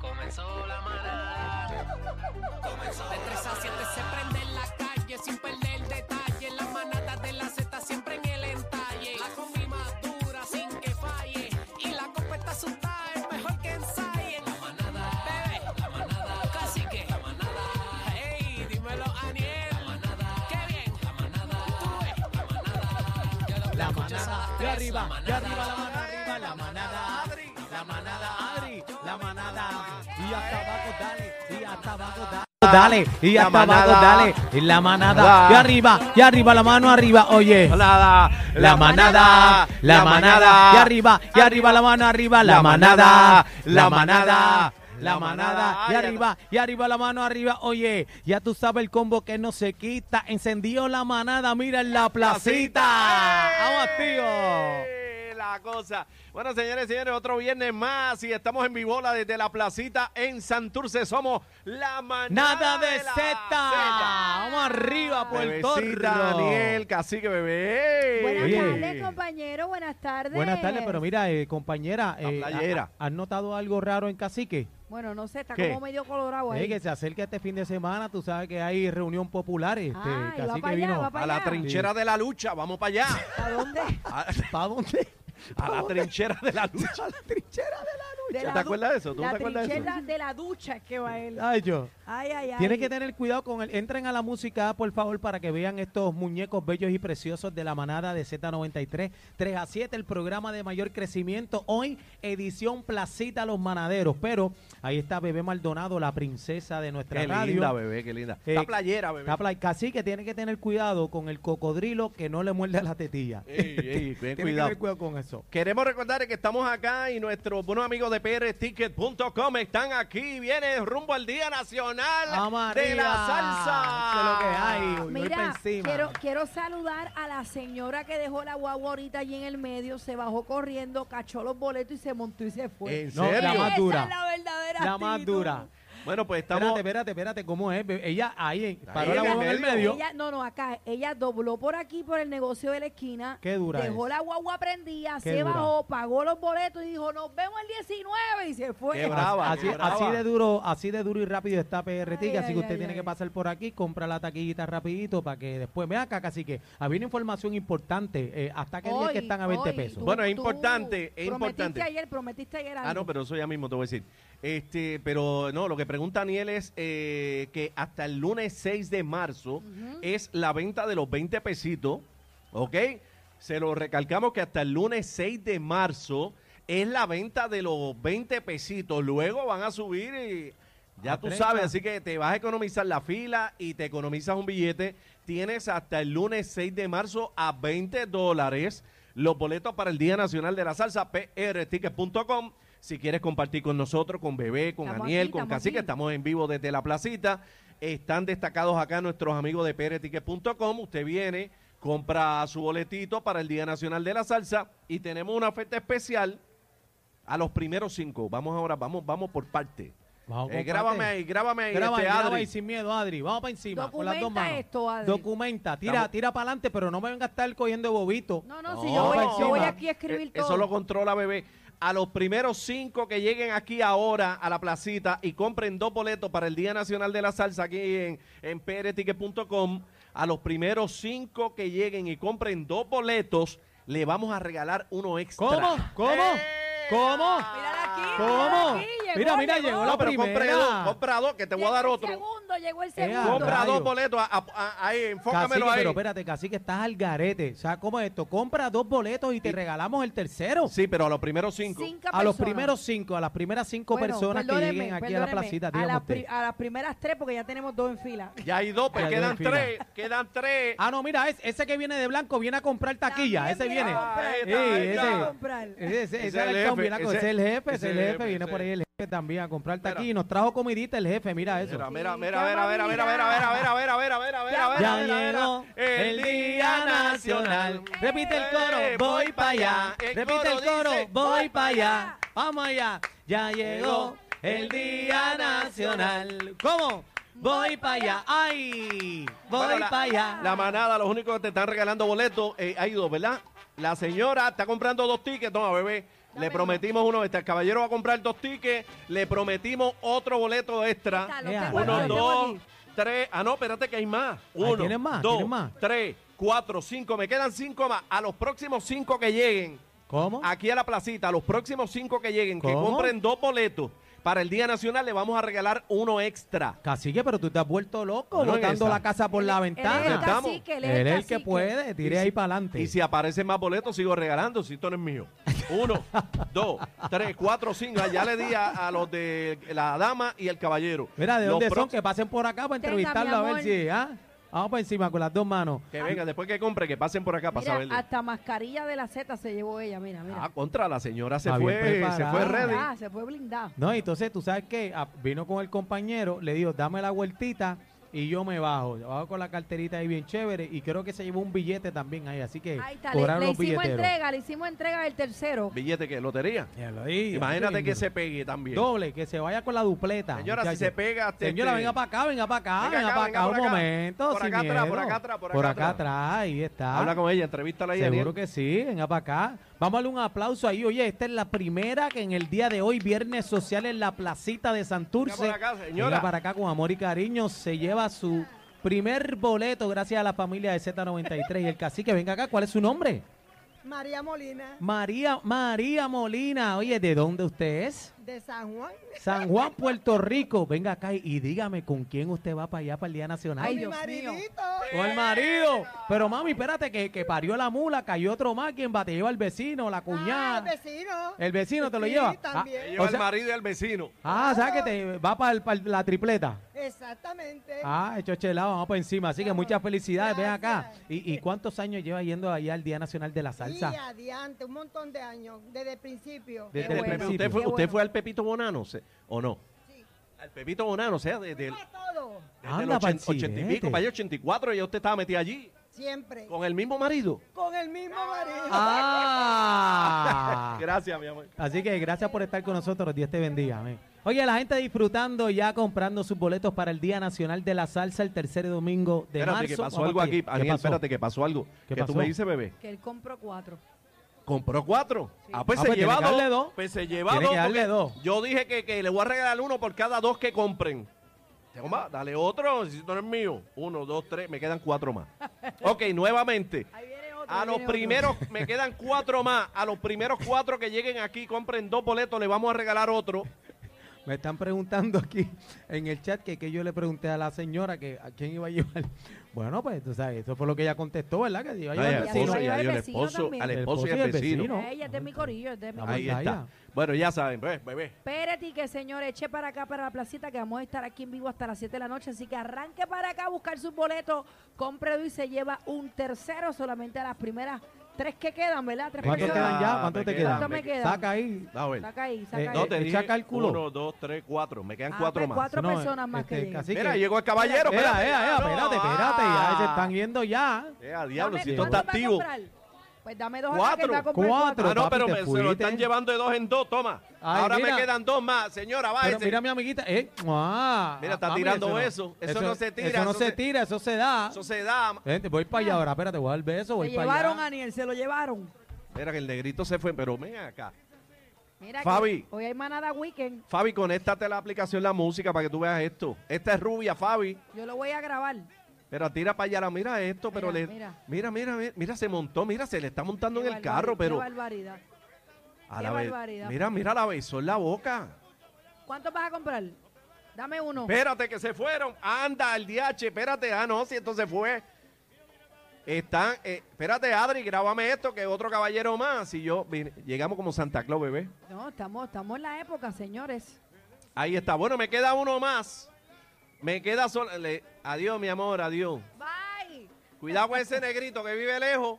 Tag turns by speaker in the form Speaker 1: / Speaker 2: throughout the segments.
Speaker 1: Comenzó la manada. Comenzó
Speaker 2: De 3 a 7 se prende en la calle sin perder detalle. La manada de la Z siempre en el entalle. La combi más dura sin que falle. Y la copa está asustada, es mejor que ensayen. La manada, bebé, la manada, casi que. La manada, hey, dímelo Aniel. La manada, qué bien. La manada, tú ves. La manada, ya lo
Speaker 3: La
Speaker 2: escuchas a
Speaker 3: manada
Speaker 2: las
Speaker 3: de
Speaker 2: tres.
Speaker 3: arriba, de
Speaker 2: manada.
Speaker 3: arriba la manada, arriba la manada Adri, la manada Adri, la manada Eh. Adri. Y hasta abajo dale, y hasta abajo dale. Dale, y hasta abajo dale, y la manada, y arriba, y arriba, la mano arriba, oye. La manada, la manada, y arriba, y arriba, la mano arriba, la manada, la manada, la manada, y arriba, y arriba, la mano arriba, oye. Ya tú sabes el combo que no se quita, encendió la manada, mira en la placita. Vamos, tío.
Speaker 4: ¡Eh! La cosa. Bueno, señores y señores, otro viernes más y estamos en Vivola desde la placita en Santurce. Somos la manada
Speaker 3: Nada de
Speaker 4: la
Speaker 3: Z. Vamos arriba, Puerto
Speaker 4: Bebecita, Daniel,
Speaker 3: Rico.
Speaker 4: cacique bebé.
Speaker 5: Buenas
Speaker 3: Oye.
Speaker 5: tardes, compañero. Buenas tardes.
Speaker 3: Buenas tardes, pero mira, eh, compañera,
Speaker 4: La
Speaker 3: eh,
Speaker 4: playera.
Speaker 3: ¿ha- ¿has notado algo raro en Cacique?
Speaker 5: Bueno, no sé, está
Speaker 4: ¿Qué?
Speaker 5: como medio colorado
Speaker 3: Sí,
Speaker 5: ahí.
Speaker 3: que se acerca este fin de semana, tú sabes que hay reunión popular. Este,
Speaker 5: Ah, y va
Speaker 3: Cacique
Speaker 5: pa' allá,
Speaker 3: vino.
Speaker 5: va pa'
Speaker 4: A la
Speaker 5: allá.
Speaker 4: trinchera de la lucha, vamos para allá.
Speaker 5: ¿A dónde?
Speaker 4: A,
Speaker 3: ¿Para dónde?
Speaker 4: a la trinchera de la lucha.
Speaker 3: A la trinchera de
Speaker 5: De
Speaker 4: ¿Te
Speaker 5: la du-
Speaker 4: acuerdas de eso? ¿Tú
Speaker 5: la
Speaker 4: te acuerdas de eso?
Speaker 5: trinchera de la ducha es que va él.
Speaker 3: Ay, yo.
Speaker 5: Ay, ay, ay.
Speaker 3: Tienen que tener cuidado con el. Entren a la música, por favor, para que vean estos muñecos bellos y preciosos de la manada de Z93. 3 a 7, el programa de mayor crecimiento. Hoy, edición Placita Los Manaderos. Pero ahí está Bebé Maldonado, la princesa de nuestra
Speaker 4: Qué
Speaker 3: radio.
Speaker 4: linda, bebé, qué linda.
Speaker 3: Eh,
Speaker 4: Está playera, bebé.
Speaker 3: Está pla- Así que tienen que tener cuidado con el cocodrilo que no le muerde la tetilla.
Speaker 4: Ey, ey, ten
Speaker 3: Tienen
Speaker 4: cuidado.
Speaker 3: que tener cuidado con eso.
Speaker 4: Queremos recordar que estamos acá y nuestros buenos amigos de prticket.com están aquí. Viene rumbo al Día Nacional
Speaker 3: Vamos
Speaker 4: de la
Speaker 3: arriba.
Speaker 4: Salsa.
Speaker 3: Eso es lo que hay. voy pa'
Speaker 5: Mira,
Speaker 3: encima.
Speaker 5: quiero, quiero saludar a la señora que dejó la guagua ahorita allí en el medio, se bajó corriendo, cachó los boletos y se montó y se fue.
Speaker 4: ¿En
Speaker 3: No,
Speaker 4: serio?
Speaker 3: la más
Speaker 5: Esa
Speaker 3: dura.
Speaker 5: es la verdadera
Speaker 3: La más
Speaker 5: actitud.
Speaker 3: dura.
Speaker 4: Bueno, pues
Speaker 3: Espérate,
Speaker 4: estamos.
Speaker 3: espérate, espérate, ¿cómo es? Be- Ella ahí, paró
Speaker 4: en
Speaker 3: la
Speaker 4: el
Speaker 3: guagua en el
Speaker 4: medio.
Speaker 3: medio.
Speaker 5: Ella, no, no, acá. Ella dobló por aquí, por el negocio de la esquina.
Speaker 3: Qué dura
Speaker 5: Dejó
Speaker 3: es.
Speaker 5: la guagua prendida,
Speaker 3: Qué
Speaker 5: se
Speaker 3: dura.
Speaker 5: bajó, pagó los boletos y dijo, nos vemos el 19 y se fue.
Speaker 4: Qué brava,
Speaker 3: así,
Speaker 4: qué brava.
Speaker 3: así de duro, así de duro y rápido está PR
Speaker 5: Ay,
Speaker 3: así
Speaker 5: ay,
Speaker 3: que usted
Speaker 5: ay,
Speaker 3: tiene
Speaker 5: ay.
Speaker 3: que pasar por aquí, compra la taquillita rapidito para que después me acá, así que había una información importante, eh, hasta que día es que
Speaker 5: Hoy,
Speaker 3: están a 20
Speaker 5: hoy,
Speaker 3: pesos.
Speaker 5: tú-
Speaker 4: Bueno, es
Speaker 5: tú
Speaker 4: importante, es importante.
Speaker 5: Prometiste ayer, prometiste ayer algo.
Speaker 4: Ah, no, pero eso ya mismo te voy a decir. Este, pero no, lo que pregunta Aniel es eh, que hasta el lunes 6 de marzo es la venta de los 20 pesitos, ¿ok? Se lo recalcamos que hasta el lunes 6 de marzo es la venta de los 20 pesitos. Luego van a subir y ya
Speaker 3: A
Speaker 4: tú
Speaker 3: 30.
Speaker 4: sabes, así que te vas a economizar la fila y te economizas un billete. Tienes hasta el lunes 6 de marzo a 20 dólares los boletos para el Día Nacional de la Salsa, prticket.com. Si quieres compartir con nosotros, con Bebé, con
Speaker 5: Estamos
Speaker 4: Daniel,
Speaker 5: aquí,
Speaker 4: con
Speaker 5: estamos
Speaker 4: Cacique,
Speaker 5: aquí.
Speaker 4: estamos en vivo desde la placita. Están destacados acá nuestros amigos de prticket.com. Usted viene, compra su boletito para el Día Nacional de la Salsa y tenemos una oferta especial a los primeros cinco. Vamos ahora, vamos, vamos por parte.
Speaker 3: Vamos,
Speaker 4: Eh,
Speaker 3: comparte.
Speaker 4: grábame ahí, grábame ahí,
Speaker 3: Graba,
Speaker 4: este,
Speaker 3: graba
Speaker 4: Adri.
Speaker 3: y sin miedo, Adri. Vamos para encima. con las dos
Speaker 5: Documenta
Speaker 3: manos.
Speaker 5: esto, Adri.
Speaker 3: Documenta, tira,
Speaker 4: Estamos-
Speaker 3: tira para adelante, pero no me venga a estar cogiendo bobito.
Speaker 5: No, no, si yo voy,
Speaker 3: No,
Speaker 5: yo voy
Speaker 3: encima.
Speaker 5: aquí a escribir
Speaker 4: Eh,
Speaker 5: todo.
Speaker 4: Eso lo controla, bebé. A los primeros cinco que lleguen aquí ahora a la placita y compren dos boletos para el Día Nacional de la Salsa aquí en, en prticket.com, a los primeros cinco que lleguen y compren dos boletos, le vamos a regalar uno extra. Eh,
Speaker 3: ¿Cómo? ¿Cómo?
Speaker 5: ¡Eh!
Speaker 3: ¿Cómo?
Speaker 5: Mírala aquí, mírala
Speaker 3: ¿Cómo?
Speaker 5: aquí, llegó,
Speaker 3: Mira, mira,
Speaker 5: llegó.
Speaker 3: llegó
Speaker 4: No,
Speaker 3: la
Speaker 4: pero compre dos,
Speaker 3: primera.
Speaker 4: compra dos, que te voy a dar
Speaker 5: Llegó
Speaker 4: otro.
Speaker 5: El segundo, llegó el
Speaker 3: Ea,
Speaker 5: segundo.
Speaker 4: Compra
Speaker 3: Rayo.
Speaker 4: dos boletos, a- a- a- ahí, enfócamelo
Speaker 3: Cacique,
Speaker 4: ahí.
Speaker 3: pero espérate, cacique, estás al garete. O sea, ¿cómo es esto? Compra dos boletos y te
Speaker 4: Y-
Speaker 3: regalamos el tercero.
Speaker 4: Sí, pero a los primeros cinco.
Speaker 5: Cinco
Speaker 3: A los
Speaker 5: personas.
Speaker 3: primeros cinco, a las primeras cinco
Speaker 5: Bueno,
Speaker 3: personas que
Speaker 5: perdóneme,
Speaker 3: lleguen aquí a la
Speaker 5: perdóneme,
Speaker 3: placita,
Speaker 5: a,
Speaker 3: dígame
Speaker 5: las
Speaker 3: usted.
Speaker 5: pri- a las primeras tres, porque ya tenemos dos en fila.
Speaker 4: Ya hay dos, pues
Speaker 3: Ya,
Speaker 4: quedan
Speaker 3: yo en
Speaker 4: tres, quedan tres.
Speaker 3: Ah, no, mira, es- ese que viene de blanco viene a comprar taquilla,
Speaker 5: También
Speaker 3: ese
Speaker 5: viene
Speaker 3: viene.
Speaker 5: a comprar,
Speaker 4: Ah,
Speaker 3: Sí,
Speaker 4: esta,
Speaker 5: también viene a
Speaker 4: esta.
Speaker 3: ese,
Speaker 5: comprar.
Speaker 3: ese, ese
Speaker 4: Ese es el
Speaker 3: era el combi,
Speaker 4: jefe,
Speaker 3: era-
Speaker 4: ese-
Speaker 3: ese es el jefe, ese es el
Speaker 4: ese-
Speaker 3: jefe, viene
Speaker 4: ese-
Speaker 3: por ahí el jefe también a comprar
Speaker 4: Mira.
Speaker 3: taquilla y nos trajo comidita el jefe, mira eso.
Speaker 4: Mira, mira,
Speaker 5: Sí,
Speaker 4: mira,
Speaker 5: qué
Speaker 4: mira, mira, mira, mira, mira, mira, mira, mira, mira, mira, mira,
Speaker 3: Ya
Speaker 4: mira, mira.
Speaker 3: llegó el Día Nacional. Repite el coro,
Speaker 4: Eh,
Speaker 3: voy para allá.
Speaker 4: El
Speaker 3: Repite el
Speaker 4: coro
Speaker 3: coro,
Speaker 4: dice,
Speaker 3: voy
Speaker 5: "Voy
Speaker 3: para
Speaker 5: pa'
Speaker 3: allá.
Speaker 5: allá".
Speaker 3: Vamos allá. Ya llegó el Día Nacional. ¿Cómo? Voy para allá. Ay, voy
Speaker 4: Bueno, la-
Speaker 3: para allá.
Speaker 4: La manada, los únicos que te están regalando boletos, eh, hay dos, ¿verdad? La señora está comprando dos tickets, toma, bebé. le
Speaker 5: Dame
Speaker 4: prometimos uno extra. El caballero va a comprar dos tickets. Le prometimos otro boleto extra.
Speaker 5: Está, lo
Speaker 3: Ea,
Speaker 5: tengo aquí,
Speaker 4: Uno,
Speaker 5: lo tengo
Speaker 4: dos,
Speaker 5: aquí.
Speaker 4: tres. Ah, no, espérate que hay más.
Speaker 3: Ah,
Speaker 4: Uno,
Speaker 3: ¿tienes más?
Speaker 4: dos,
Speaker 3: ¿tienes más?
Speaker 4: tres, cuatro, cinco. Me quedan cinco más. A los próximos cinco que lleguen
Speaker 3: ¿Cómo?
Speaker 4: aquí a la placita, a los próximos cinco que lleguen, que
Speaker 3: ¿Cómo?
Speaker 4: compren dos boletos para el Día Nacional, le vamos a regalar uno extra.
Speaker 3: Cacique, pero tú te has vuelto loco
Speaker 4: No, no, en
Speaker 3: botando
Speaker 4: esa.
Speaker 3: la casa por
Speaker 5: Él-
Speaker 3: la
Speaker 5: él es el
Speaker 3: ventana.
Speaker 4: Estamos.
Speaker 5: cacique, él
Speaker 3: Él
Speaker 5: es el
Speaker 3: es el
Speaker 5: cacique.
Speaker 3: que puede, tire
Speaker 4: Y si-
Speaker 3: ahí para adelante.
Speaker 4: Y si aparecen más boletos, sigo regalando, si esto no es mío. Uno, dos, tres, cuatro, cinco. Ah, Ya le di a, a los de la dama y el caballero.
Speaker 3: Mira, ¿de
Speaker 4: Los
Speaker 3: dónde son?
Speaker 4: prox-
Speaker 3: Que pasen por acá para
Speaker 5: Tenga,
Speaker 3: entrevistarlo a
Speaker 5: mi
Speaker 3: ver
Speaker 5: amor.
Speaker 3: si. ¿ah? Vamos por encima con las dos manos.
Speaker 4: Que venga, después que compre, que pasen por acá para
Speaker 5: Mira,
Speaker 4: saberlo.
Speaker 5: hasta mascarilla de la Z se llevó ella, mira, mira.
Speaker 4: Ah, contra la señora se
Speaker 3: Está bien
Speaker 4: fue, se
Speaker 3: preparada.
Speaker 4: fue ready.
Speaker 5: blindada, se fue blindada.
Speaker 3: No, entonces tú sabes que vino con el compañero, le dijo, dame la vueltita y yo me bajo. Yo bajo con la carterita ahí bien chévere y creo que se llevó un billete también ahí, así que
Speaker 5: Ahí está, le,
Speaker 3: cobraron
Speaker 5: le
Speaker 3: los
Speaker 5: hicimos
Speaker 3: billeteros.
Speaker 5: entrega, le hicimos entrega del tercero.
Speaker 4: Billete que lotería.
Speaker 3: Ya lo dije,
Speaker 4: Imagínate
Speaker 3: así
Speaker 4: que se pegue también.
Speaker 3: Doble, que se vaya con la dupleta.
Speaker 4: Señora, si
Speaker 3: muchacho.
Speaker 4: se pega, este-
Speaker 3: Señora, venga para acá, venga para acá,
Speaker 4: Venga
Speaker 3: venga,
Speaker 4: acá,
Speaker 3: para
Speaker 4: venga
Speaker 3: acá
Speaker 4: por
Speaker 3: un
Speaker 4: acá.
Speaker 3: momento.
Speaker 4: Por
Speaker 3: sin
Speaker 4: acá atrás, por
Speaker 3: miedo.
Speaker 4: acá atrás, por acá
Speaker 3: acá
Speaker 4: atrás.
Speaker 3: atrás, ahí está.
Speaker 4: Habla con ella, entrevístala ahí.
Speaker 3: ah. Seguro
Speaker 4: Daniel.
Speaker 3: que sí, venga para acá. Vamos a darle un aplauso ahí. Oye, esta es la primera que en el día de hoy, Viernes Social en la placita de Santurce.
Speaker 4: Venga para acá, señora.
Speaker 3: Venga para acá con amor y cariño. Se lleva su primer boleto gracias a la familia de Z93 y el cacique. Venga acá, ¿cuál es su nombre?
Speaker 6: María Molina,
Speaker 3: María, María Molina. Oye, ¿de dónde usted es?
Speaker 6: de San Juan.
Speaker 3: San Juan, Puerto Rico. Venga acá y, y dígame con quién usted va para allá, para el Día Nacional.
Speaker 5: Ay,
Speaker 6: mi
Speaker 5: Dios
Speaker 6: maridito.
Speaker 5: mío.
Speaker 3: Con el marido. Pero mami, espérate, que, que parió la mula, cayó otro más, quien bateó al vecino, la
Speaker 6: Ah,
Speaker 3: cuñada.
Speaker 6: el vecino.
Speaker 3: El vecino te lo
Speaker 6: Sí,
Speaker 3: lleva.
Speaker 6: también.
Speaker 3: Ah,
Speaker 4: Lleva
Speaker 3: o
Speaker 4: al
Speaker 3: sea-
Speaker 4: marido y al vecino.
Speaker 3: Ah, o sea que te va para la tripleta.
Speaker 6: Exactamente.
Speaker 3: Ah, hecho chelado, vamos por encima. Así que muchas felicidades, ven acá.
Speaker 6: Gracias.
Speaker 3: ¿Y, y cuántos años lleva yendo allá al Día Nacional de la
Speaker 6: Y
Speaker 3: Salsa?
Speaker 6: adiante, un montón de años, desde el principio.
Speaker 3: Desde
Speaker 4: Este,
Speaker 3: el
Speaker 4: Pepe,
Speaker 3: principio.
Speaker 4: ¿Usted, fue,
Speaker 5: Qué
Speaker 4: usted
Speaker 5: bueno.
Speaker 4: fue al Pepito Bonano se- o no?
Speaker 6: Sí.
Speaker 4: Al Pepito Bonano, o sea, desde el,
Speaker 6: Fuimos todo,
Speaker 4: desde el
Speaker 3: Anda,
Speaker 4: 80,
Speaker 3: pa'l
Speaker 4: 80 y
Speaker 3: chilete.
Speaker 4: pico, para allá 84, y ya usted estaba metida allí
Speaker 6: siempre. Con,
Speaker 4: con el mismo marido.
Speaker 6: el mismo marido.
Speaker 3: Ah.
Speaker 4: Gracias, mi amor.
Speaker 3: Así que gracias por estar con nosotros. Dios te bendiga. Amén. Oye, la gente disfrutando ya comprando sus boletos para el Día Nacional de la Salsa el tercer domingo de
Speaker 4: espérate,
Speaker 3: marzo.
Speaker 4: que pasó
Speaker 3: Vamos
Speaker 4: algo aquí.
Speaker 3: ¿Qué
Speaker 4: Aniel,
Speaker 3: pasó?
Speaker 4: espérate, que pasó algo.
Speaker 3: ¿Qué
Speaker 4: que tú
Speaker 3: pasó?
Speaker 4: me dices, bebé,
Speaker 5: Que él compró cuatro.
Speaker 4: compró cuatro. Ah, pues
Speaker 3: Ah,
Speaker 4: se
Speaker 3: pues tiene
Speaker 4: lleva
Speaker 3: que
Speaker 4: dos.
Speaker 3: darle dos.
Speaker 4: Pues se lleva
Speaker 3: Tiene
Speaker 4: dos.
Speaker 3: que darle
Speaker 4: porque
Speaker 3: dos.
Speaker 4: Yo dije que, que le voy a regalar uno por cada dos que compren. Tengo más, dale otro, si no es mío. Uno, dos, tres, me quedan cuatro más. Ok, nuevamente.
Speaker 5: Ahí viene otro.
Speaker 4: A
Speaker 5: ahí
Speaker 4: los
Speaker 5: viene otro.
Speaker 4: primeros, me quedan cuatro más. A los primeros cuatro que lleguen aquí, compren dos boletos, le vamos a regalar otro.
Speaker 3: Me están preguntando aquí en el chat que, que yo le pregunté a la señora que a quién iba a llevar. Bueno, pues tú sabes, eso fue lo que ella contestó, ¿verdad? Que se iba a llevar
Speaker 5: Ay,
Speaker 3: al
Speaker 5: ay,
Speaker 3: vecino.
Speaker 5: esposo y ay. al
Speaker 4: al
Speaker 5: vecino
Speaker 4: esposo,
Speaker 5: también.
Speaker 4: al
Speaker 3: El
Speaker 4: esposo y al vecino.
Speaker 3: vecino.
Speaker 5: Eh, ella es de mi corillo, es de mi
Speaker 3: Vamos.
Speaker 4: Ah, Ahí
Speaker 5: corillo.
Speaker 4: está.
Speaker 3: Vaya.
Speaker 4: Bueno, ya saben, bebé, bebé.
Speaker 5: Espérate que señor, eche para acá para la placita que vamos a estar aquí en vivo hasta las 7 de la noche, así que arranque para acá a buscar sus boletos, compre dos y se lleva un tercero solamente a las primeras tres que quedan, ¿verdad? Tres
Speaker 3: ¿Cuánto
Speaker 5: personas.
Speaker 3: quedan ya? ¿Cuánto
Speaker 4: Me
Speaker 3: te
Speaker 4: quedan,
Speaker 3: quedan?
Speaker 5: ¿Cuánto me quedan?
Speaker 3: Saca ahí.
Speaker 4: No, a ver.
Speaker 5: Saca ahí, saca
Speaker 3: Eh,
Speaker 5: ahí.
Speaker 4: No, te
Speaker 3: Echa
Speaker 4: dije
Speaker 3: cálculo.
Speaker 4: uno, dos, tres, cuatro. Me quedan
Speaker 5: Ah,
Speaker 4: cuatro
Speaker 5: pues
Speaker 4: más.
Speaker 5: cuatro
Speaker 3: No,
Speaker 5: personas más que
Speaker 3: este,
Speaker 5: lleguen.
Speaker 3: casi
Speaker 4: Mira,
Speaker 3: que-
Speaker 4: llegó el caballero.
Speaker 3: Espera,
Speaker 4: espérate,
Speaker 3: espera,
Speaker 4: Ah. no,
Speaker 3: espérate, espérate, ya se están yendo ya.
Speaker 4: ah, eh, a diablo,
Speaker 5: Dame-
Speaker 4: si esto
Speaker 5: ¿cuánto
Speaker 4: está
Speaker 5: va a
Speaker 4: activo.
Speaker 5: comprar? Pues dame dos acá que
Speaker 4: Cuatro.
Speaker 5: él va a comprar
Speaker 3: Cuatro.
Speaker 5: cuatro.
Speaker 4: Ah, no,
Speaker 3: Papi,
Speaker 4: pero
Speaker 3: te
Speaker 4: me- se lo
Speaker 3: fuiste.
Speaker 4: están llevando de dos en dos, toma.
Speaker 3: Ay,
Speaker 4: Ahora
Speaker 3: mira.
Speaker 4: me quedan dos más. Señora,
Speaker 3: Pero
Speaker 4: váyase.
Speaker 3: mira mi amiguita, eh, ¡mua!
Speaker 4: Mira, está
Speaker 3: Mami,
Speaker 4: tirando eso. Eso no se tira,
Speaker 3: Eso no
Speaker 4: eso
Speaker 3: se
Speaker 4: se-
Speaker 3: tira, eso se da.
Speaker 4: Eso se da.
Speaker 3: Gente, voy para allá ahora, espérate, voy al beso,
Speaker 5: Ah. Se
Speaker 3: voy para
Speaker 5: llevaron a
Speaker 3: allá.
Speaker 5: Aniel, se lo llevaron.
Speaker 4: Mira que el negrito se fue, pero ven acá.
Speaker 5: Mira que
Speaker 4: Fabi.
Speaker 5: hoy hay manada weekend.
Speaker 4: Fabi, conéctate a la aplicación La Música para que tú veas esto. Esta es rubia, Fabi.
Speaker 5: Yo lo voy a grabar.
Speaker 4: Pero tira para allá, mira esto, pero
Speaker 5: Mira,
Speaker 4: le,
Speaker 5: mira.
Speaker 4: mira. mira, mira, mira, se montó, mira, se le está montando
Speaker 5: Qué
Speaker 4: en el
Speaker 5: barbaridad,
Speaker 4: carro,
Speaker 5: qué
Speaker 4: pero
Speaker 5: barbaridad.
Speaker 4: a
Speaker 5: qué
Speaker 4: la vez,
Speaker 5: barbaridad.
Speaker 4: mira, mira, la besó en la boca.
Speaker 5: ¿Cuánto vas a comprar? Dame uno.
Speaker 4: Espérate que se fueron, anda al DH, espérate, ah no, si esto se fue. Están, eh, espérate Adri, grábame esto, que otro caballero más. Y yo, vine- llegamos como Santa Claus, bebé.
Speaker 5: No, estamos, estamos en la época, señores.
Speaker 4: Ahí está, bueno, me queda uno más. Me queda solo, le- adiós mi amor, adiós.
Speaker 5: Bye.
Speaker 4: Cuidado con ese negrito que vive lejos.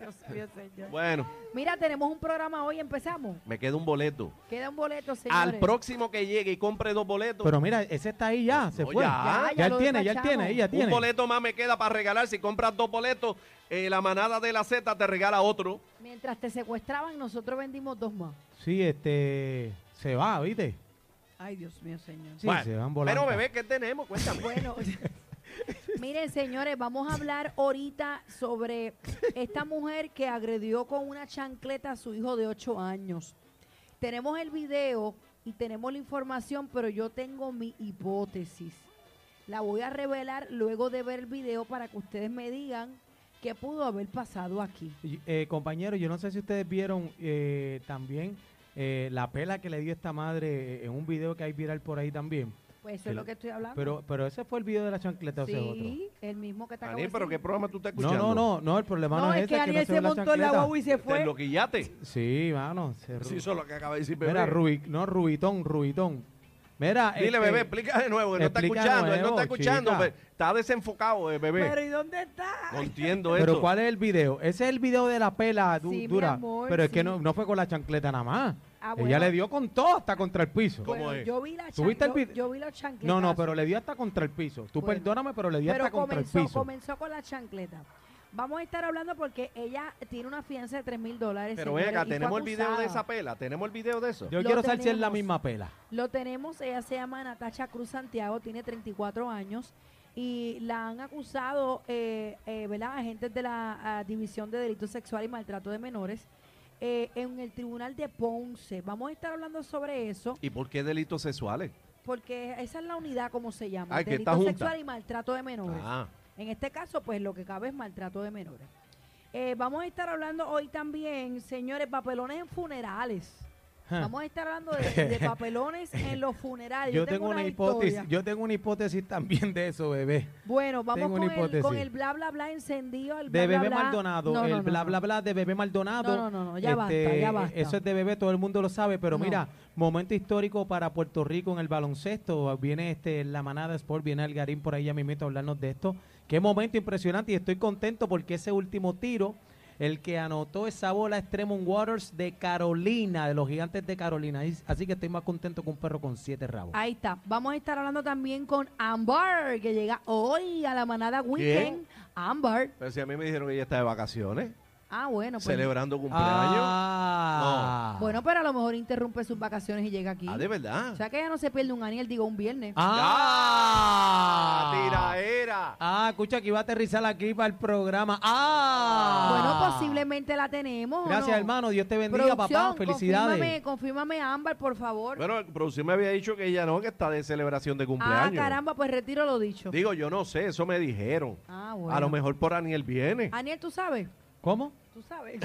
Speaker 5: Dios mío, señor.
Speaker 4: Bueno,
Speaker 5: Mira, tenemos un programa hoy, empezamos.
Speaker 4: me queda un boleto.
Speaker 5: Queda un boleto, señores.
Speaker 4: Al próximo que llegue y compre dos boletos.
Speaker 3: Pero mira, ese está ahí ya, se
Speaker 4: No,
Speaker 3: fue.
Speaker 4: ya.
Speaker 5: Ya, ya
Speaker 3: él
Speaker 5: lo
Speaker 3: tiene, Ah, ya él
Speaker 5: despachamos.
Speaker 3: tiene, ahí ya tiene.
Speaker 4: Un boleto más me queda para regalar. Si compras dos boletos, eh, la manada de la Z te regala otro.
Speaker 5: Mientras te secuestraban, nosotros vendimos dos más.
Speaker 3: Sí, este, se va, ¿viste?
Speaker 5: Ay, Dios mío, señor.
Speaker 3: Sí, se van volando.
Speaker 4: Pero bebé, ¿qué tenemos? Cuéntame.
Speaker 5: Bueno, Miren, señores, vamos a hablar ahorita sobre esta mujer que agredió con una chancleta a su hijo de 8 años. Tenemos el video y tenemos la información, pero yo tengo mi hipótesis. La voy a revelar luego de ver el video para que ustedes me digan qué pudo haber pasado aquí.
Speaker 3: Y, eh, compañero, yo no sé si ustedes vieron eh, también eh, la pela que le dio esta madre eh, en un video que hay viral por ahí también.
Speaker 5: Pues eso es lo que estoy hablando.
Speaker 3: Pero, pero ese fue el video de la chancleta o ese
Speaker 5: sí, el mismo que está
Speaker 4: Daniel, pero ¿qué programa tú estás
Speaker 3: otro. No,
Speaker 4: escuchando?
Speaker 3: no, no, no, el problema no,
Speaker 5: No, es
Speaker 3: ese,
Speaker 5: que Ariel
Speaker 3: no
Speaker 5: se
Speaker 3: se ve
Speaker 5: montó en la
Speaker 3: chancleta.
Speaker 5: guagua y se
Speaker 4: Te
Speaker 5: fue.
Speaker 4: lo quillaste.
Speaker 3: Sí, mano. se ru-
Speaker 4: Sí, eso es lo que acaba de decir, bebé.
Speaker 3: Mira, Rubí, no, Rubitón, Rubitón. Mira,
Speaker 4: Dile,
Speaker 3: este,
Speaker 4: bebé, explica de nuevo. Él no está
Speaker 3: explica de
Speaker 4: escuchando, él no
Speaker 3: nuevo,
Speaker 4: está escuchando.
Speaker 3: chica.
Speaker 4: be- Está desenfocado, eh, bebé.
Speaker 6: Pero ¿y dónde está?
Speaker 4: No entiendo eso.
Speaker 3: Pero ¿cuál es el video? Ese es el video de la pela du-
Speaker 5: Sí, mi
Speaker 3: dura.
Speaker 5: amor,
Speaker 3: pero es que
Speaker 5: sí.
Speaker 3: no, no fue con la chancleta nada más.
Speaker 5: Ah,
Speaker 3: Ella
Speaker 5: bueno.
Speaker 3: le dio con todo hasta contra el piso.
Speaker 4: ¿Cómo
Speaker 5: Bueno,
Speaker 4: es?
Speaker 5: yo vi la
Speaker 3: ¿Tú viste el
Speaker 5: chancleta.
Speaker 3: video?
Speaker 5: Yo, vi los chancletas.
Speaker 3: No, no, pero le dio hasta contra el piso. Tú
Speaker 5: Bueno.
Speaker 3: perdóname, pero le dio
Speaker 5: Pero
Speaker 3: hasta contra el
Speaker 5: comenzó,
Speaker 3: piso.
Speaker 5: comenzó con la chancleta. Vamos a estar hablando porque ella tiene una fianza de 3 mil dólares.
Speaker 4: Pero
Speaker 5: señores,
Speaker 4: ven acá,
Speaker 5: y fue
Speaker 4: tenemos el video de
Speaker 5: acusada.
Speaker 4: esa pela, tenemos el video de eso.
Speaker 3: Yo
Speaker 5: Lo
Speaker 3: quiero saber si es la
Speaker 5: tenemos.
Speaker 3: misma pela.
Speaker 5: Lo tenemos, ella se llama Natacha Cruz Santiago, tiene 34 años y la han acusado, eh, eh, ¿verdad?, agentes de la ah, División de Delitos Sexuales y Maltrato de Menores eh, en el Tribunal de Ponce. Vamos a estar hablando sobre eso
Speaker 4: ¿Y por qué delitos sexuales?
Speaker 5: porque esa es la unidad como se llama,
Speaker 4: Ay, que está
Speaker 5: Delitos
Speaker 4: junta.
Speaker 5: Sexuales y Maltrato de Menores.
Speaker 4: Ah,
Speaker 5: En este caso, pues lo que cabe es maltrato de menores. Eh, vamos a estar hablando hoy también, señores, papelones en funerales.
Speaker 3: Huh.
Speaker 5: Vamos a estar hablando de, de papelones en los funerales.
Speaker 3: Yo, tengo una hipótesis,
Speaker 5: historia.
Speaker 3: yo tengo una hipótesis también de eso, bebé.
Speaker 5: bueno, vamos
Speaker 3: tengo
Speaker 5: con
Speaker 3: una
Speaker 5: el, con
Speaker 3: hipótesis.
Speaker 5: el bla bla bla encendido. El bla,
Speaker 3: De
Speaker 5: bla,
Speaker 3: bebé
Speaker 5: bla.
Speaker 3: Maldonado,
Speaker 5: No, no,
Speaker 3: el
Speaker 5: no,
Speaker 3: bla
Speaker 5: no.
Speaker 3: bla bla de bebé Maldonado. este,
Speaker 5: No, no, no, no, ya basta, ya basta.
Speaker 3: Eso es de bebé, todo el mundo lo sabe, pero
Speaker 5: No.
Speaker 3: mira, momento histórico para Puerto Rico en el baloncesto. Viene este la manada Sport, viene Algarín por ahí a mi a hablarnos de esto. Qué momento impresionante y estoy contento porque ese último tiro, el que anotó esa bola es Tremont Waters de Carolina, de los gigantes de Carolina. Así que estoy más contento que un perro con siete rabos.
Speaker 5: Ahí está. Vamos a estar hablando también con Amber, que llega hoy a la manada Weekend. Amber.
Speaker 4: pero si a mí me dijeron que ella está de vacaciones,
Speaker 5: Ah, bueno. Pues,
Speaker 4: celebrando cumpleaños.
Speaker 3: Ah,
Speaker 5: Bueno, pero a lo mejor interrumpe sus vacaciones y llega aquí.
Speaker 4: Ah, de verdad.
Speaker 5: O sea que ella no se pierde un Aniel, digo un viernes.
Speaker 3: Ah,
Speaker 4: Ah, tiraera.
Speaker 3: Ah, escucha que iba a aterrizar aquí para el programa. Ah,
Speaker 5: Bueno, posiblemente la tenemos. ¿o
Speaker 3: Gracias,
Speaker 5: no?
Speaker 3: hermano. Dios te bendiga, papá.
Speaker 5: Producción,
Speaker 3: Felicidades.
Speaker 5: Confírmame, confírmame, Ámbar, por favor.
Speaker 4: Bueno, el producción me había dicho que ella no, que está de celebración de
Speaker 5: ah,
Speaker 4: cumpleaños.
Speaker 5: caramba, pues retiro lo dicho.
Speaker 4: Digo, yo no sé, eso me dijeron.
Speaker 5: Ah, bueno.
Speaker 4: A lo mejor por Aniel viene.
Speaker 5: Aniel, tú sabes.
Speaker 3: ¿Cómo?
Speaker 5: Tú sabes.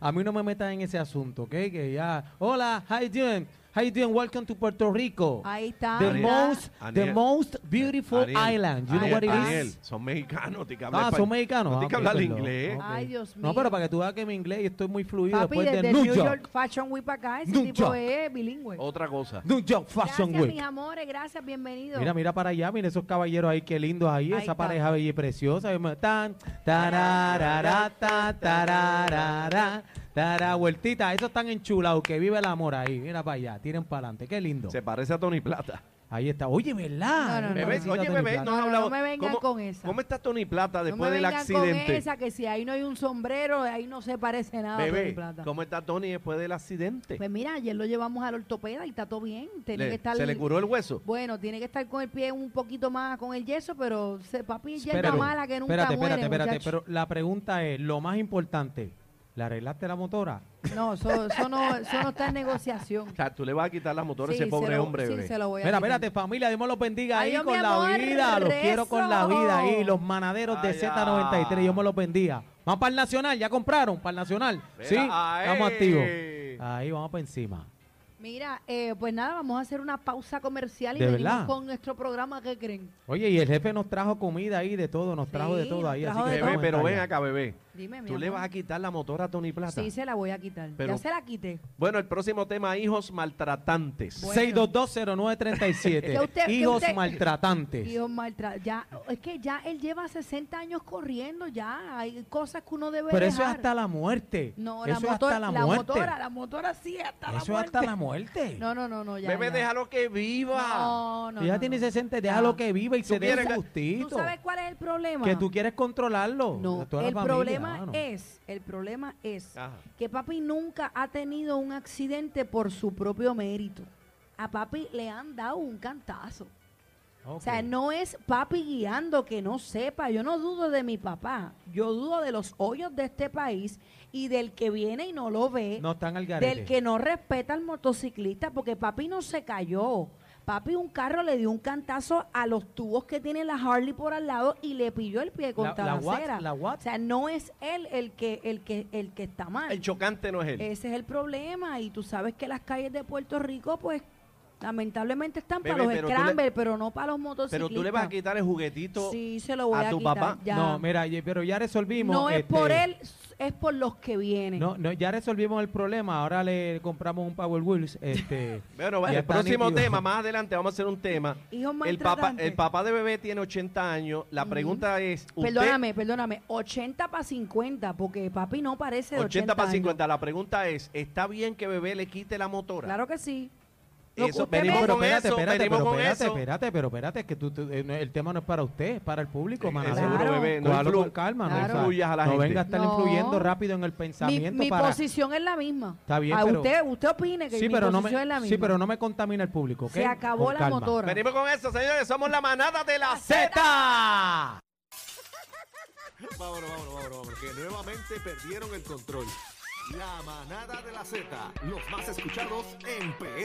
Speaker 3: A mí no me metas en ese asunto, ¿ok? Que ya. Hola, how you doing? How you doing? Welcome to Puerto Rico.
Speaker 5: Ahí está.
Speaker 3: The
Speaker 4: Ariel.
Speaker 3: most, the
Speaker 4: Ariel.
Speaker 3: most beautiful
Speaker 4: Aniel,
Speaker 3: island. You know
Speaker 4: Aniel,
Speaker 3: what it is?
Speaker 4: Aniel, son mexicanos, tiene que hablar
Speaker 3: Ah,
Speaker 4: español.
Speaker 3: son mexicanos.
Speaker 4: No
Speaker 3: Ah,
Speaker 4: tiene que
Speaker 3: ok,
Speaker 4: hablar
Speaker 3: perdón.
Speaker 4: inglés.
Speaker 3: Ok.
Speaker 5: Ay, Dios mío.
Speaker 3: No, pero para que tú veas que mi inglés yo estoy muy fluido
Speaker 5: Papi,
Speaker 3: después
Speaker 5: desde
Speaker 3: de New York.
Speaker 5: Fashion Week para acá, ese
Speaker 3: New
Speaker 5: tipo
Speaker 3: York.
Speaker 5: es bilingüe.
Speaker 4: Otra cosa.
Speaker 3: New York Fashion
Speaker 5: gracias,
Speaker 3: Week.
Speaker 5: mis amores, gracias, bienvenido.
Speaker 3: Mira, mira para allá, mira esos caballeros ahí, qué lindos ahí,
Speaker 5: Ahí
Speaker 3: esa
Speaker 5: está.
Speaker 3: pareja bella y preciosa. ahí me- Tan, tararara, ta, tararara, tara, vueltita, esos están enchulados, que vive el amor ahí, mira para allá, tiren para adelante, qué lindo.
Speaker 4: Se parece a Tony Plata.
Speaker 3: Ahí está, oye, ¿verdad?
Speaker 5: No, no, no.
Speaker 4: Bebé,
Speaker 3: Pobrecito
Speaker 4: oye,
Speaker 3: Ah, Tony
Speaker 4: bebé,
Speaker 3: Plata.
Speaker 4: no has
Speaker 5: No, no,
Speaker 4: hablado.
Speaker 5: no me vengan
Speaker 4: ¿Cómo-
Speaker 5: con esa.
Speaker 4: ¿Cómo está Tony Plata después
Speaker 5: no me
Speaker 4: del
Speaker 5: vengan con
Speaker 4: accidente?
Speaker 5: esa, que si ahí no hay un sombrero, ahí no se parece nada. Tony
Speaker 4: Bebé,
Speaker 5: Plata.
Speaker 4: ¿cómo está Tony después del accidente?
Speaker 5: Pues mira, ayer lo llevamos al ortopeda y está todo bien. Tiene
Speaker 4: Le-
Speaker 5: que estar
Speaker 4: ¿Se le curó el hueso?
Speaker 5: Bueno, tiene que estar con el pie un poquito más con el yeso, pero se, papi es hierba
Speaker 3: Espérate,
Speaker 5: mala que nunca
Speaker 3: espérate,
Speaker 5: muere,
Speaker 3: espérate, espérate,
Speaker 5: muchacho.
Speaker 3: pero la pregunta es, lo más importante, ¿le arreglaste la motora?
Speaker 5: No, eso, eso no, eso no está en negociación.
Speaker 4: O sea, tú le vas a quitar las motores
Speaker 5: Sí,
Speaker 4: a ese pobre
Speaker 5: se lo-
Speaker 4: hombre,
Speaker 5: sí,
Speaker 4: bebé.
Speaker 5: se lo voy a
Speaker 3: Mira,
Speaker 5: quitar.
Speaker 3: espérate, familia, Dios me los bendiga ahí
Speaker 5: Adiós,
Speaker 3: con
Speaker 5: mi
Speaker 3: la
Speaker 5: amor,
Speaker 3: vida. Los quiero con la
Speaker 5: rezo.
Speaker 3: vida ahí, los manaderos de
Speaker 4: Ay,
Speaker 3: Z93.
Speaker 4: ya.
Speaker 3: Dios me los bendiga. Van para el Nacional, ya compraron para el Nacional.
Speaker 4: Mira,
Speaker 3: sí,
Speaker 4: ahí.
Speaker 3: estamos activos. Ahí vamos para encima.
Speaker 5: Mira, eh, pues nada, vamos a hacer una pausa comercial y
Speaker 3: ¿De
Speaker 5: venimos
Speaker 3: verdad?
Speaker 5: con nuestro programa, ¿qué creen?
Speaker 3: Oye, y el jefe nos trajo comida ahí, de todo, nos trajo de
Speaker 5: Sí,
Speaker 3: todo
Speaker 5: nos
Speaker 3: ahí. Así
Speaker 5: trajo
Speaker 3: que
Speaker 5: de
Speaker 3: vamos
Speaker 4: Bebé,
Speaker 5: todo.
Speaker 3: a
Speaker 4: pero
Speaker 3: estar
Speaker 4: ven
Speaker 3: allá.
Speaker 4: acá, bebé.
Speaker 5: Dime, mi
Speaker 4: Tú le
Speaker 5: amor.
Speaker 4: vas a quitar la motora a Tony Plata.
Speaker 5: Sí, se la voy a quitar.
Speaker 4: Pero-
Speaker 5: ya se la quité.
Speaker 4: Bueno, el próximo tema, hijos maltratantes.
Speaker 5: Bueno.
Speaker 3: 6220937.
Speaker 5: Que usted- que
Speaker 3: Hijos
Speaker 5: usted-
Speaker 3: maltratantes.
Speaker 5: Dios maltra- ya, es que ya él lleva 60 años corriendo, ya hay cosas que uno debe
Speaker 3: pero eso es
Speaker 5: dejar.
Speaker 3: hasta la muerte.
Speaker 5: No,
Speaker 3: eso
Speaker 5: la,
Speaker 3: es
Speaker 5: motor-
Speaker 3: hasta la,
Speaker 5: la
Speaker 3: muerte.
Speaker 5: motora, la motora sí hasta la
Speaker 3: eso es
Speaker 5: muerte.
Speaker 3: hasta la muerte.
Speaker 5: No, no, no, no, ya.
Speaker 4: bebé,
Speaker 5: ya.
Speaker 4: déjalo que viva.
Speaker 5: No, no.
Speaker 3: Ella
Speaker 5: no,
Speaker 3: tiene
Speaker 5: no.
Speaker 3: 60, déjalo
Speaker 5: Ah.
Speaker 3: que viva y se dé
Speaker 4: quieres
Speaker 3: un
Speaker 4: que-
Speaker 3: gustito.
Speaker 5: ¿Tú sabes cuál es el problema?
Speaker 3: Que tú quieres controlarlo.
Speaker 5: No,
Speaker 3: a toda la
Speaker 5: el
Speaker 3: familia,
Speaker 5: problema
Speaker 3: mano.
Speaker 5: es, el problema es
Speaker 4: Ajá.
Speaker 5: que papi nunca ha tenido un accidente por su propio mérito. A papi le han dado un cantazo. O sea, no es papi guiando que no sepa. Yo no dudo de mi papá. Yo dudo de los hoyos de este país y del que viene y no lo ve.
Speaker 3: No están al garete.
Speaker 5: del que no respeta al motociclista, porque papi no se cayó. Papi, un carro le dio un cantazo a los tubos que tiene la Harley por al lado y le pilló el pie contra
Speaker 3: la
Speaker 5: la,
Speaker 3: what?
Speaker 5: acera.
Speaker 3: ¿La what?
Speaker 5: O sea, no es él el que, el que, el que está mal.
Speaker 4: El chocante no es él.
Speaker 5: Ese es el problema. Y tú sabes que las calles de Puerto Rico, pues, lamentablemente están
Speaker 4: Bebé,
Speaker 5: para los
Speaker 4: pero tú le-
Speaker 5: scramble, pero no para los motociclistas.
Speaker 4: Pero tú le vas a quitar el juguetito.
Speaker 5: Sí, se lo voy a,
Speaker 4: a tu
Speaker 5: quitar,
Speaker 4: papá.
Speaker 5: ya.
Speaker 3: No, mira, ye- pero ya resolvimos.
Speaker 5: No es
Speaker 3: este,
Speaker 5: por él, es por los que vienen.
Speaker 3: No, no, ya resolvimos el problema. Ahora le compramos un Power Wheels. Este,
Speaker 4: Bueno,
Speaker 3: Ya
Speaker 4: el
Speaker 3: está
Speaker 4: próximo
Speaker 3: nítido.
Speaker 4: tema, más adelante vamos a hacer un tema.
Speaker 5: Hijos
Speaker 4: El papá,
Speaker 5: maltratantes.
Speaker 4: el papá de bebé tiene 80 años. La pregunta es, ¿usted
Speaker 5: Perdóname, perdóname. 80 para 50, porque papi no parece de
Speaker 4: 80,
Speaker 5: 80,
Speaker 4: para
Speaker 5: años.
Speaker 4: 50? La pregunta es, ¿está bien que bebé le quite la motora?
Speaker 5: Claro que sí. Lo que
Speaker 4: Eso,
Speaker 5: usted
Speaker 4: venimos
Speaker 5: ve-
Speaker 3: pero
Speaker 4: con
Speaker 3: espérate,
Speaker 4: eso,
Speaker 3: espérate,
Speaker 4: venimos
Speaker 3: pero
Speaker 4: con
Speaker 3: espérate,
Speaker 4: eso.
Speaker 3: espérate, pero espérate, es que tú, tú- eh, no, el tema no es para usted, es para el público,
Speaker 4: Eh,
Speaker 3: manada.
Speaker 5: seguro, Claro.
Speaker 4: bebé, no
Speaker 3: Cójalo
Speaker 4: influ-
Speaker 3: con calma,
Speaker 5: no
Speaker 3: no,
Speaker 4: influyas a la
Speaker 3: no
Speaker 4: gente.
Speaker 3: venga a estar
Speaker 5: No.
Speaker 3: influyendo rápido en el
Speaker 5: Mi,
Speaker 3: pensamiento
Speaker 5: mi
Speaker 3: para
Speaker 5: posición es la misma.
Speaker 3: Está bien,
Speaker 5: A
Speaker 3: pero-
Speaker 5: usted, usted opine que
Speaker 3: sí,
Speaker 5: mi
Speaker 3: pero no me,
Speaker 5: posición es la misma.
Speaker 3: sí, pero no me contamina el público, ¿ok?
Speaker 5: Se acabó
Speaker 3: Con
Speaker 5: la
Speaker 3: calma.
Speaker 5: motora.
Speaker 4: Venimos con eso, señores, somos la manada de la
Speaker 3: Z.
Speaker 7: Vámonos, vámonos, vámonos, vámonos, que nuevamente perdieron el control. La manada de la Z, los más escuchados en PR.